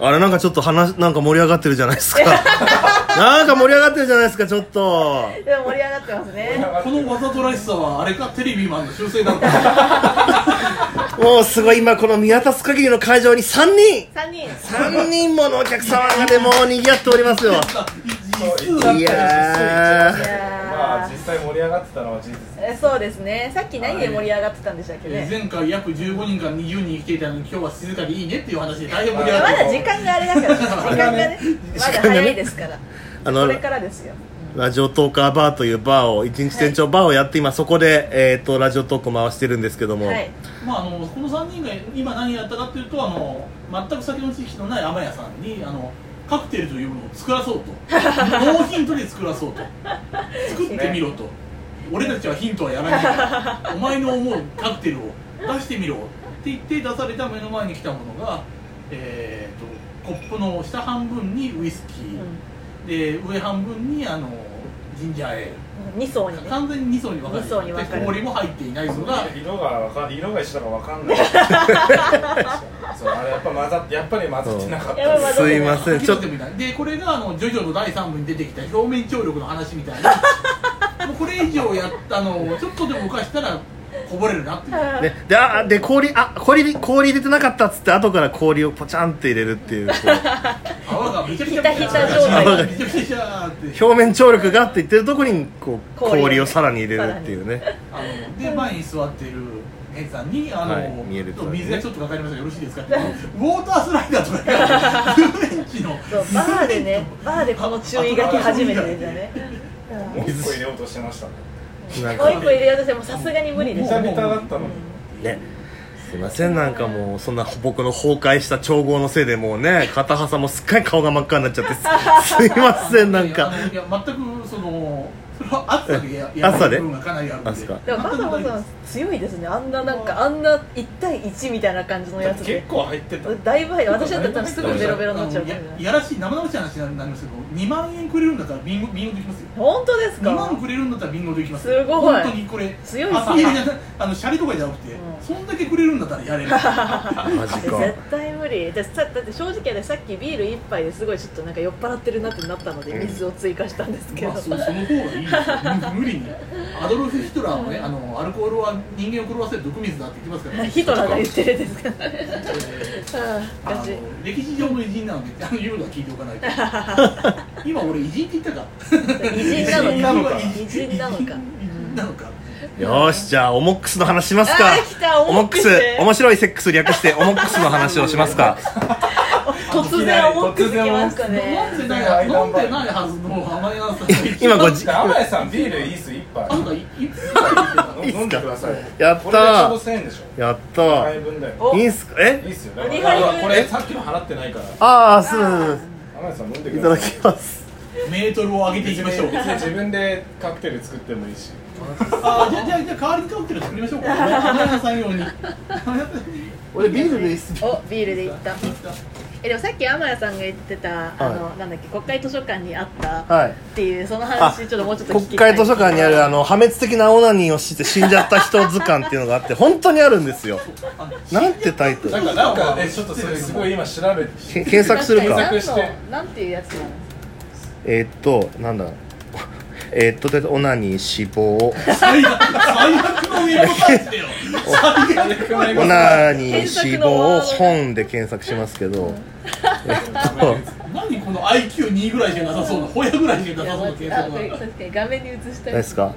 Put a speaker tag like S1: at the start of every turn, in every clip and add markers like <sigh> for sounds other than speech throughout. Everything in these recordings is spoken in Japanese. S1: あれなんかちょっと話なんか盛り上がってるじゃないです
S2: <laughs>
S1: かなんか盛り上がってるじゃないですかちょっと
S2: いや盛り上がってますね
S3: このわざとらしさはあれかテレビマンの修正なんだ
S1: もうすごい今この見渡す限りの会場に3人
S2: 3人
S1: 3人ものお客様がでもう賑わっておりますよいやー
S2: いや
S4: まあ実際盛り上がってたのは事実
S2: ーえそうですねさっき何で盛り上がってたんでしたっけ
S3: えー
S2: ね
S3: 前回約15人から20人来ていたのに今日は静かでいいねっていう話で大変盛
S2: い
S3: り
S2: や
S3: 上
S2: ま
S3: がっ
S2: だ
S3: て
S2: 時間があれだから時間がねまだ早いですから
S1: あ
S2: こ
S1: の
S2: れからですよ
S1: ラジオトーカーバーというバーを一日店長バーをやって今そこで、えー、とラジオトークを回してるんですけども、
S2: はい
S3: まあ、あのこの3人が今何やったかっていうとあの全く酒の知識のない天屋さんにあのカクテルというものを作らそうとノーヒントで作らそうと作ってみろと俺たちはヒントはやらないからお前の思うカクテルを出してみろって言って出された目の前に来たものが、えー、とコップの下半分にウイスキー、で上半分にあのジンジャーエール
S2: 2層にね
S3: 完全に2層に分かれて
S2: 二層に分かれて
S3: で氷も入っていないのが
S4: 色がわか色が一緒だかわ
S2: <laughs>
S4: かんないそうあれやっぱ混ざってやっぱり混ざってなかっ
S2: うんや
S4: た
S2: っぱ
S1: すいません
S3: ち
S1: ち
S3: ょ
S1: ょっ
S3: っ
S1: と
S3: とみたいでこれがあのジョジョの第3部に出てきた表面張力の話みたいなもうこれ以上やったのをちょっとでも浮かしたらこぼれるなっていう
S2: あー
S1: ね、であで氷あ氷氷入れてなかったっつって後から氷をポチャンって入れるっていうこう
S3: 泡がめちゃくちゃ
S2: ひたひた状
S1: 態
S3: 泡がめちゃくちゃって
S1: 表面張力がって言ってるとこにこう
S2: 氷を
S1: 氷をさらに入れるっていう
S3: <laughs>
S1: ね
S3: あので前に座っているヘンさんにあの、
S1: はい見える
S3: ち
S1: と
S3: ょっ
S1: ころ
S3: と
S1: ね
S3: 水がちょっとかかりましたよろしいですかってウォータースライダーとかが遊園地の
S2: そうバーでねバーでこの注意書き初めてですよね
S4: もう一個入れようとしてましたね
S1: なん
S2: もう一
S1: か
S2: 個入れようとしてもさすがに無理で
S4: ビ
S2: し
S4: タ
S2: た
S4: ビタだったのに
S1: ねすいませんなんかもうそんな僕の崩壊した調合のせいでもうね片挟もすっかり顔が真っ赤になっちゃってすすいませんなんか
S3: いやいや全くそのそれは暑さでや
S1: え
S3: やって
S1: 暑さ
S3: る
S1: で
S3: 部分がかなりあるんで
S1: あそうか
S2: でもバサバさん強いですねあんななんかあんな1対1みたいな感じのやつで
S4: 結構入ってた
S2: だいぶ入る私だったら多分すぐベロベロになっちゃう
S3: いやいやらしい生々しい話になりますけど2万円くれるんだったらビンゴビンゴできますよ
S2: 本当です
S3: 2万
S2: か
S3: くれるんだったらビンゴできます
S2: すごい
S3: 本当にこれ
S2: 強いっすね
S3: あいやいやあのシャリとかじゃなくて、
S2: うん
S3: そんだけくれるんだったらやれ
S2: <laughs>
S3: る
S1: マジか
S2: 絶対無理でさだって正直でさっきビール1杯ですごいちょっとなんか酔っ払ってるなってなったので水を追加したんですけど、
S3: まあ、そその方がいいですよ無無理にアドルフ・ヒトラーもねあのアルコールは人間を狂わせる毒水だって言ってますから、ね、
S2: ヒトラーが言ってるんですからね
S3: え
S2: あ
S3: ー
S2: あ
S3: あ
S2: ガ
S3: の
S2: チ
S3: 歴史上の偉人なのであの言うのは聞いておかないと今俺偉人って言ったか
S2: 偉人なのか偉
S3: 偉
S2: 人なのか
S3: 偉人なのか
S1: よーしじゃあオモックスの話しますか
S2: あー来たオ
S1: オ
S2: モ
S1: モ
S2: ッ
S1: ッ
S2: ク
S1: ク
S2: ス
S1: ス面白いセックス略してオモックスの話をしますか
S2: 突然重くきました
S3: 飲ん
S2: ね
S3: でない飲んでないはずの甘いなさん
S1: 今こっち
S4: 天谷さんビールいいっす一杯
S3: あんたいいつ
S1: いいっすか
S4: 飲んでください
S1: やったー
S4: これでちょうど1000円でしょ
S1: やった
S4: 2杯
S1: ー
S4: 分だよ
S2: お
S1: いいんすか
S4: い
S1: え
S4: いっすよだか
S2: 二杯分
S4: らこれさっきの払ってないから
S1: ああそう
S4: 天谷さん飲んで
S1: い
S4: く
S1: た
S4: だ
S1: だ
S4: さい
S1: きます
S3: メートルを上げていきましょう
S4: 別に自分でカクテル作ってもいいし
S3: あじゃあじゃあじゃあ代わりにカクテル作りましょうか甘いなさん用に
S1: 俺ビールでいいっす
S2: おビールでいったえでもさっき天谷さんが言ってたあの、なんだっけ国会図書館にあったっ
S1: はい
S2: ていうその
S1: あ
S2: 話ちょっともうちょっと聞
S1: 国
S2: きたい
S1: 会図書館にあるあの破滅的なオナニーをして死んじゃった人図鑑っていうのがあって本当にあるんですよなんてタイトル
S4: なんかなんかねちょっとそれすごい今調べて
S1: け検索する
S2: 確
S1: か
S2: に
S4: 検索して
S2: 何のなんていうやつなの
S1: えー、っとなんだ <laughs> えー、っととりあえずオナニー死亡
S3: 最悪最悪の英語返してよ最悪
S1: オナニー死亡を本で検索しますけどえっと
S3: 何この IQ2 ぐらいしかなさそうなホヤぐらいしかなさそうな検
S2: あこ
S3: 索
S2: れ
S3: が
S2: 確かに画面に映した
S1: 何で
S2: や
S1: す
S2: つ
S1: か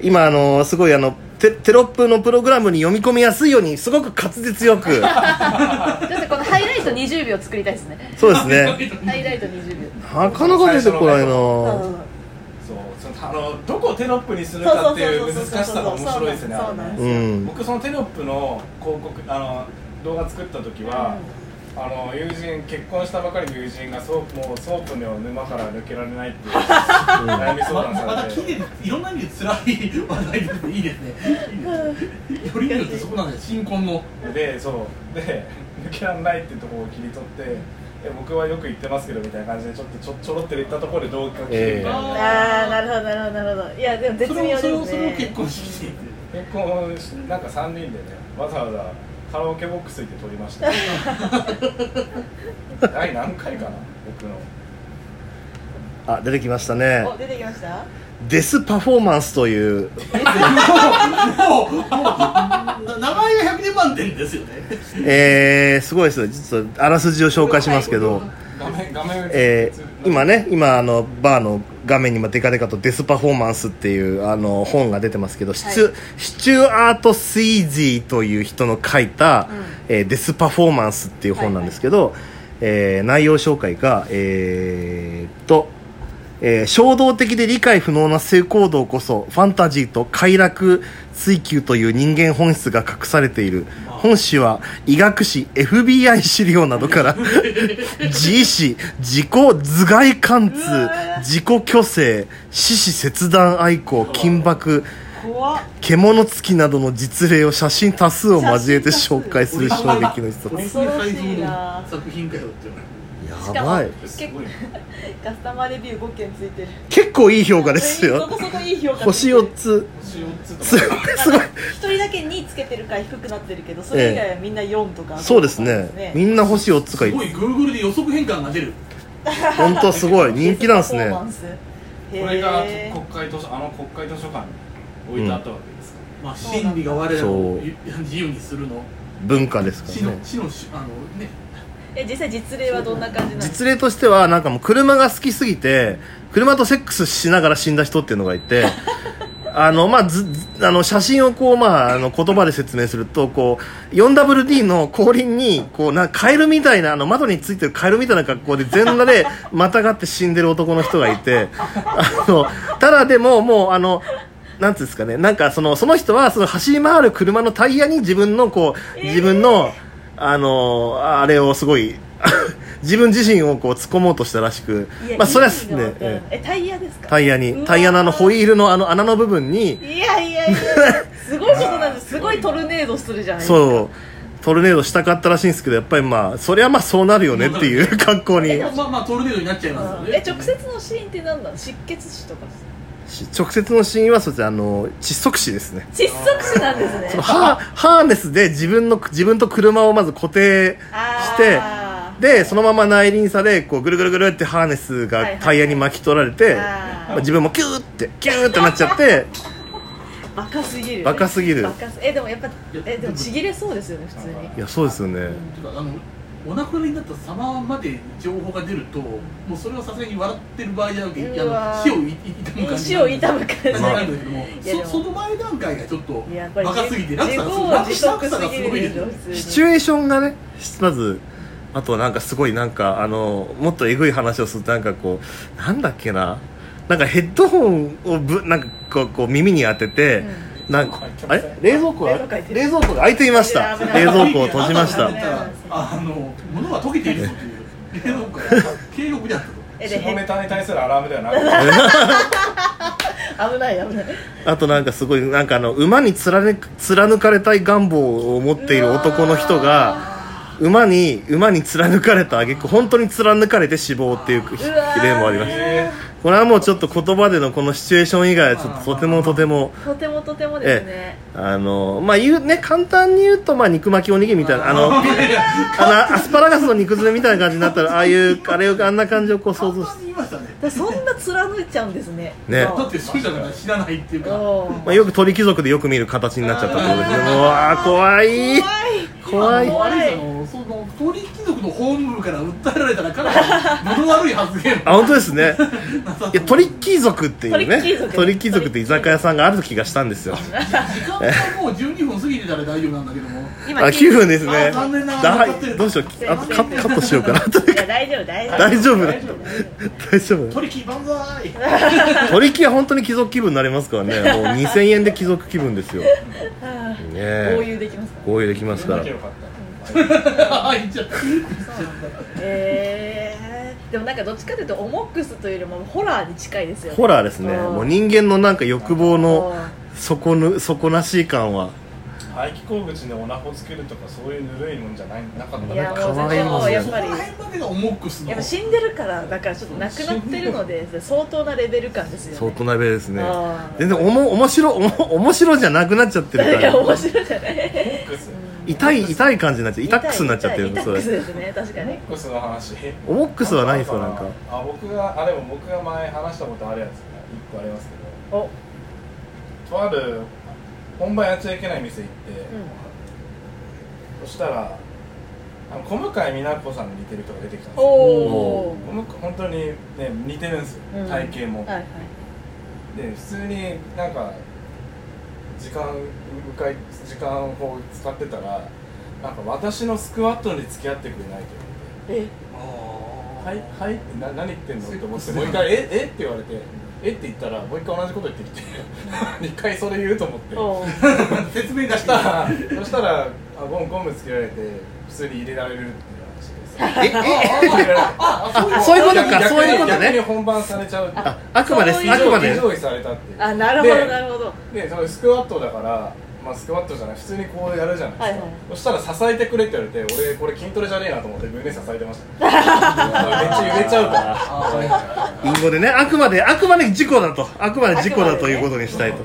S1: 今あのすごいあのテテロップのプログラムに読み込みやすいようにすごく滑舌よく
S2: ちょっとこのハイライト20秒作りたいですね
S1: そうですね
S2: ハイライト20秒
S1: なかなか出てこないなぁ
S4: そうそのあのどこをテロップにするかっていう難しさが面白いですね
S2: そうそうそうそうそう
S4: あれね
S1: うん
S4: 僕そのテロップの広告あの動画作った時は、あの友人結婚したばかりの友人がソープもうソープの沼から抜けられないっていう悩み相
S3: ま
S4: 談
S3: ま
S4: さ
S3: た
S4: れ
S3: 聞い
S4: て
S3: ていろんな意味で辛い話題ですねいいですねいいですねよりによってそこなんだよ新婚の
S4: でそうで抜けられないっていうところを切り取ってえ僕はよく行ってますけどみたいな感じでちょっとちょちょろって言ったところで動画が来てみたいな、
S2: ああなるほどなるほどなるほどいやでも絶
S3: そ
S2: 妙
S3: れ
S2: で
S3: を
S2: す
S3: それ
S2: ね
S3: をそれを結婚式で
S4: 結婚しなんか3人でねわざわざカラオケボックス行って撮りました第何回かな僕の
S1: あ出てきましたね
S2: お出てきました
S1: デスパフォーマンスという
S3: もうもう名前が100年満点ですよね
S1: えー、すごいですよちょっとあらすじを紹介しますけど、
S4: 画面画面映
S1: えー、今ね今あのバーの画面にもデカデカと「デスパフォーマンス」っていうあの本が出てますけど、シチ
S2: は
S1: ュシチュアート・スイージーという人の書いた
S2: うん
S1: 「えーデスパフォーマンス」っていう本なんですけど、えー内容紹介がえーっと、えー衝動的で理解不能な性行動こそファンタジーと快楽追求という人間本質が隠されている本誌は医学誌 FBI 資料などから自意志自己頭蓋貫通自己虚勢四肢切断愛好金箔
S2: 怖っ
S1: 獣つきなどの実例を写真多数を交えて紹介する衝撃の一つ
S3: これ
S1: や
S3: に最上の作品かよっていう
S2: しかも
S1: ばい
S2: 結構カスタマーレビュー5件ついてる
S1: 結構いい評価です
S2: そこ
S1: よ
S2: そこいい評価
S1: 星4つ
S4: 星4つと
S1: すご
S4: か
S1: いすごい
S2: 一人だけ2つけてるから低くなってるけどそれ以外はみんな4とか、
S1: そうですねみんな星4つか
S3: すごい Google で予測変換が出る
S1: 本当すごい人気なんです
S2: デス
S1: ね
S2: パフォーマンスへ
S4: これが
S2: え
S4: 国会図書あの国会図書館に置いてあったわけですか
S3: まあ真理が我ら
S1: そう
S3: を自由にするの
S1: 文化ですか
S3: 死
S1: ら
S3: の
S1: ね
S3: 死のしあのね
S2: え実際実例はどんな感じなんです
S1: 実例としてはなんかもう車が好きすぎて車とセックスしながら死んだ人っていうのがいてあの、まあ、ずずあの写真をこう、まあ、あの言葉で説明するとこう 4WD の後輪にこうなカエルみたいなあの窓についてるカエルみたいな格好で全裸
S2: <laughs>
S1: でまたがって死んでる男の人がいてあのただでももうあの。なんつうんですかね、なんかそのその人はその走り回る車のタイヤに自分のこう、自分のあのあれをすごい <laughs> 自分自身をこう突っ込もうとしたらしく
S2: いや
S1: まあそれは
S2: 意味がわ
S1: ね
S2: かんな
S1: え
S2: い
S1: え
S2: えタイヤですか
S1: タイヤ
S2: うわ
S1: に
S2: ー
S1: タイヤのあのホイールのあの穴の部分に
S2: いやいやいやすごいことなんですすごいトルネードするじゃないですか
S1: そうトルネードしたかったらしいんですけどやっぱりまあそりゃまあそうなるよねっていう格好に
S3: まあまあトルネードになっちゃいますよ
S2: え
S3: ね
S2: 直接のシーンって何なの失血死とか
S1: し直接の死因はそちらあの窒息死ですね
S2: 窒息死なんですね
S1: そのハーハーネスで自分の自分と車をまず固定して
S2: あー
S1: でそのまま内輪差でこうぐるぐるぐるってハーネス
S2: はいは
S1: が
S2: いはい
S1: タイヤに巻き取られて、
S2: あ
S1: まあ
S2: ー
S1: 自分もキューってキューってなっちゃって
S2: バカすぎるよね
S1: バカすぎる
S2: バカすえでもやっぱえでもちぎれそうですよね普通に
S1: いやそうですよね
S3: てかあのお亡くなりになった様まで情報が出るともうそれはさすがに笑ってる場合じゃなくて
S2: うわー
S3: あの死をい
S2: 死を悼む
S3: 悼む感じ
S2: 感じ
S3: まあなんだけど
S2: い
S3: も
S2: やでも
S3: そその前段階がちょっと
S2: いやこれ
S3: バカすぎて落
S2: 自
S3: 差
S2: 業自
S3: がすごい落
S2: 得
S3: 差落差が
S2: すぎ
S3: すご
S2: る
S3: いで
S2: ですしょ
S3: よ
S2: 普
S1: シ
S2: 通
S1: チ
S2: に
S1: ュエーションがねまずあとなんかすごいなんかあのもっとえぐい話をするとなんかこうなんだっけななんかヘッドホンをぶなんかこうこう耳に当てて、なんかあれ冷蔵庫
S2: 冷蔵庫
S1: が
S2: 開いてる
S1: 冷蔵庫が開いていました
S2: 危ない
S1: 冷蔵庫を閉じまし
S2: 危ない危ない
S1: た
S3: あの物が溶けているぞという冷蔵庫が軽力であったと
S2: えで
S4: 下ネ
S2: へ
S4: タに対するアラームではなく
S2: 危ない危ない
S1: あとなんかすごいなんかあの馬に貫く貫かれたい願望を持っている男の人が馬に馬に貫かれた挙句本当に貫かれて死亡っていう例もありました
S4: て
S1: これはもうちょっと言葉でのこのシチュエーション以外はちょっととてもとても
S2: とてもとてもですね
S1: あのまあ言うね簡単に言うとまあ肉巻きおにぎりみたいなあの
S3: いやいや
S1: あのアスパラガスの肉詰めみたいな感じになったらああいうあれをあんな感じをこう想像
S3: 簡
S1: し
S3: 単に言いましたね
S2: だからそんな貫いちゃうんですね
S1: ね
S3: だってそうじゃない知らないっていう
S2: お
S3: か
S2: お
S1: まあ、よく鳥貴族でよく見る形になっちゃったってことですねうわー怖い怖い
S3: あの悪いのその鳥貴族の法務部から訴えられたらかなり物悪い発言
S1: あ本当ですねいや鳥貴族っていう
S2: 鳥貴
S1: ね
S2: 族
S1: 鳥貴族って居酒屋さんがある気がしたんですよ
S3: 時間がもう12分過ぎてたら大丈夫なんだけども
S1: あ9分です
S3: あ
S1: ね
S3: 残念なが
S1: だ
S3: ら残ってる
S1: どうしようあとカッカットしようかな <laughs>
S2: いや大丈夫大丈夫
S1: 大丈夫だ
S2: 大丈夫
S1: 大丈夫
S3: 鳥貴万歳
S1: 取り木は本当に貴族気分になりますからねもう2000円で貴族気分ですよね
S2: ああ合
S1: え
S2: 流できますか
S1: 合流できますか
S4: な
S1: ら
S4: きゃ <laughs> よかっ
S3: ああ言っちゃった
S2: えー、でもなんかどっちかというとオモックスというよりもホラーに近いですよね
S1: ホラーですね
S2: うん
S1: もう人間のなんか欲望の
S2: うん
S1: 底ぬ底なしい感は
S4: た排気口口でおなこつけるとかそういうぬるいもんじゃないなかった
S2: いや
S4: なんか
S2: もう全然もうやっ
S3: そこ
S2: ぱ
S3: ら
S2: り
S3: 辺までがオモックスの
S2: やっぱ死んでるからだからちょっとなくなってるので
S1: <laughs>
S2: 相当なレベル感ですよね
S1: 相当なべですね
S2: あー
S1: 全然おも面白おも面白じゃなくなっちゃってるか
S2: いや
S1: ら
S2: 面白いじゃない
S4: オモックス
S1: 痛い痛い感じになっちゃう痛
S2: 痛
S1: ックスになっちゃってる
S2: 痛
S1: の
S2: い
S1: そ
S2: 痛い痛い
S1: れ
S2: ですね確かに
S4: ックスの話
S1: オモックスはないですよなんか
S4: あ僕があでも僕が前話したことあるやつね一個ありますけど
S2: お
S4: とある本番やっちゃいけない店行って、
S2: ん
S4: そしたらあの小向井美奈子さんに似てる人が出てきたんですよ
S2: おお
S4: 小向本当にね似てるんですよ、
S2: うん
S4: 体型も、
S2: はいはい
S4: で普通になんか時間うかい時間をこう使ってたらなんか私のスクワットに付き合ってくれないと
S2: え
S4: 言って「はいはい」ってな何言ってんのって思って
S3: セックス
S4: もう一回「ええっ?」て言われて「えっ?」て言ったらもう一回同じこと言ってきて <laughs> 二回それ言うと思って
S2: おお
S4: <laughs>
S3: 説明出
S4: そ
S3: し
S4: したたらそしたらあゴムゴムつけられて普通に入れられるっていう話です
S1: ええ
S4: あ
S1: そういうことか
S4: 逆に
S1: そういうことね
S4: 逆に本番されちゃうっていう
S1: ああくまで
S2: そういう
S1: あくま
S4: 異
S1: で
S4: 常位されたっていう
S2: あなるほど
S4: で
S2: なるほど
S4: でそのスクワットだから、まあ、スクワットじゃない普通にこうやるじゃないですか、
S2: はいはい
S4: そしたら支えてくれって言われて俺これ筋トレじゃねえなと思って胸支えて
S2: <laughs>
S4: ました、めっちゃ揺れちゃうから
S3: あーはいはい
S1: 隠語でねあくまであくまで事故だとあくまで事故だということにしたいと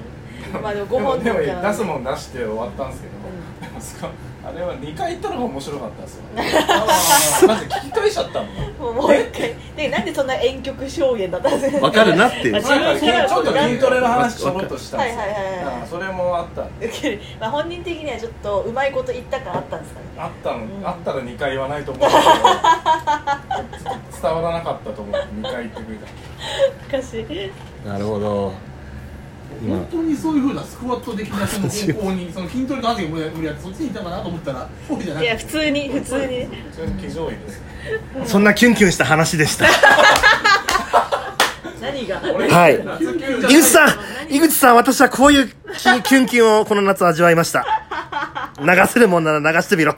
S2: まあでも
S4: で
S2: 5
S4: も
S2: 本
S4: でも
S2: だから
S4: 出すもん出して終わったんですけど、でもスクワあれは2回行ったのが面白かったです
S2: <laughs>
S4: よねマジ聞き返しちゃったもん
S2: もうもう一回でなんでそんな遠曲証言だったんですか
S1: わかるなっていう
S2: あ
S4: なんかちょっと筋トレの話ちょろっとしたん
S2: は
S4: で
S2: い
S4: す
S2: は
S4: よ
S2: いはい
S4: あ
S2: は
S4: あそれもあった
S2: いウケる <laughs> まあ本人的にはちょっとうまいこと言った感あったんですかね
S4: あったの、
S2: うん
S4: あったら2回言わないと思う
S2: <laughs>
S4: んだけど伝わらなかったと思って2回言ってくれ
S2: お
S4: た
S2: かしい
S1: なるほど
S3: 本当にそういうふうなスクワット的なその方向にその筋トレの話が無理や無理やってそっちに行ったかなと思ったらそうじゃないく
S2: や
S3: て
S2: 普通に普通に
S4: 普通に騎乗位です
S1: そんなキュンキュンした話でした
S2: 何が
S1: はい
S4: 夏休
S1: 井口さん井口さん私はこういうキキュンキュンをこの夏味わいました流せるもんなら流してみろ